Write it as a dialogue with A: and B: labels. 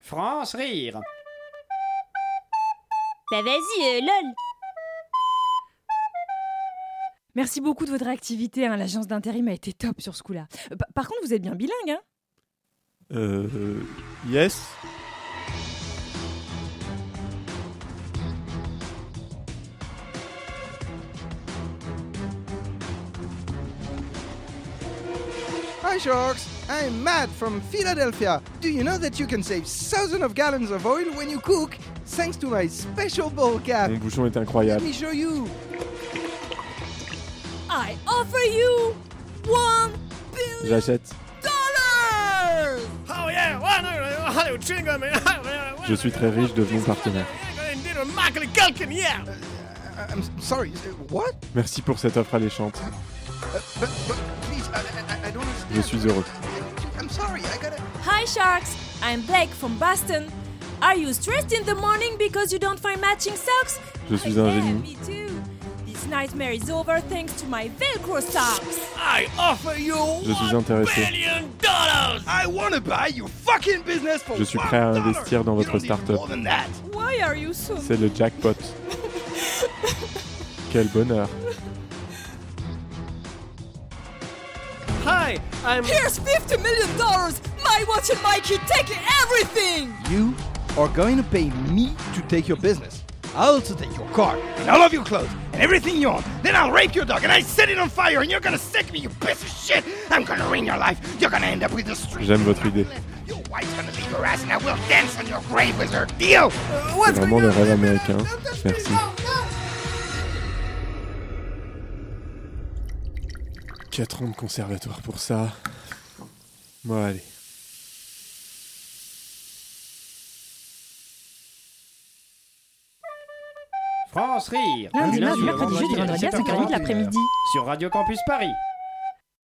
A: France rire.
B: Bah vas-y, euh, lol.
C: Merci beaucoup de votre activité. hein. L'agence d'intérim a été top sur ce coup-là. Euh, pa- Par contre, vous êtes bien bilingue. Hein
D: Euh, euh, yes
E: Hi, sharks. I'm Matt from Philadelphia. Do you know that you can save thousands of gallons of oil when you cook thanks to my special ball cap?
D: Mon bouchon est
E: Let
D: incroyable.
E: me show you.
C: I offer you one
D: J'achète. Je suis très riche, devenons partenaires.
E: I- I'm s- sorry. uh, What?
D: Merci pour cette offre alléchante.
E: Uh, but, but please, I, I, I don't understand.
D: Je suis heureux.
E: I'm sorry. I gotta.
C: Hi sharks, I'm Blake from Boston. Are you stressed in the morning because you don't find matching socks?
D: Je suis un
C: Yeah,
D: génie.
C: me too. This nightmare is over thanks to my Velcro socks.
D: Je suis intéressé.
E: I wanna buy your fucking business for
D: Je suis prêt à
E: $1.
D: investir dans
E: You
D: votre
E: don't need
D: start-up.
E: more than that.
C: Why are you so
D: C'est le jackpot. Quel bonheur.
F: Hi, I'm.
C: Here's 50 million dollars! My watch and Mikey take everything!
E: You are going to pay me to take your business. I'll also take your car and all of your clothes and everything you own. Then I'll rape your dog and I set it on fire and you're gonna sick me, you piece of shit. I'm gonna ruin your life. You're gonna end up with the street.
D: J'aime votre idée.
E: Your wife's gonna leave your ass and I will dance on your grave with her. Deal?
D: C'est vraiment le rêve américain. Merci. Quatre ans de conservatoire pour ça. Bon, allez.
A: France rire.
C: Lundi,
A: Du
C: mardi,
A: au
C: mercredi, jeudi,
A: vendredi à
C: vendredi à
A: 7h40,
C: 5h30 de l'après-midi.
A: Sur Radio Campus Paris.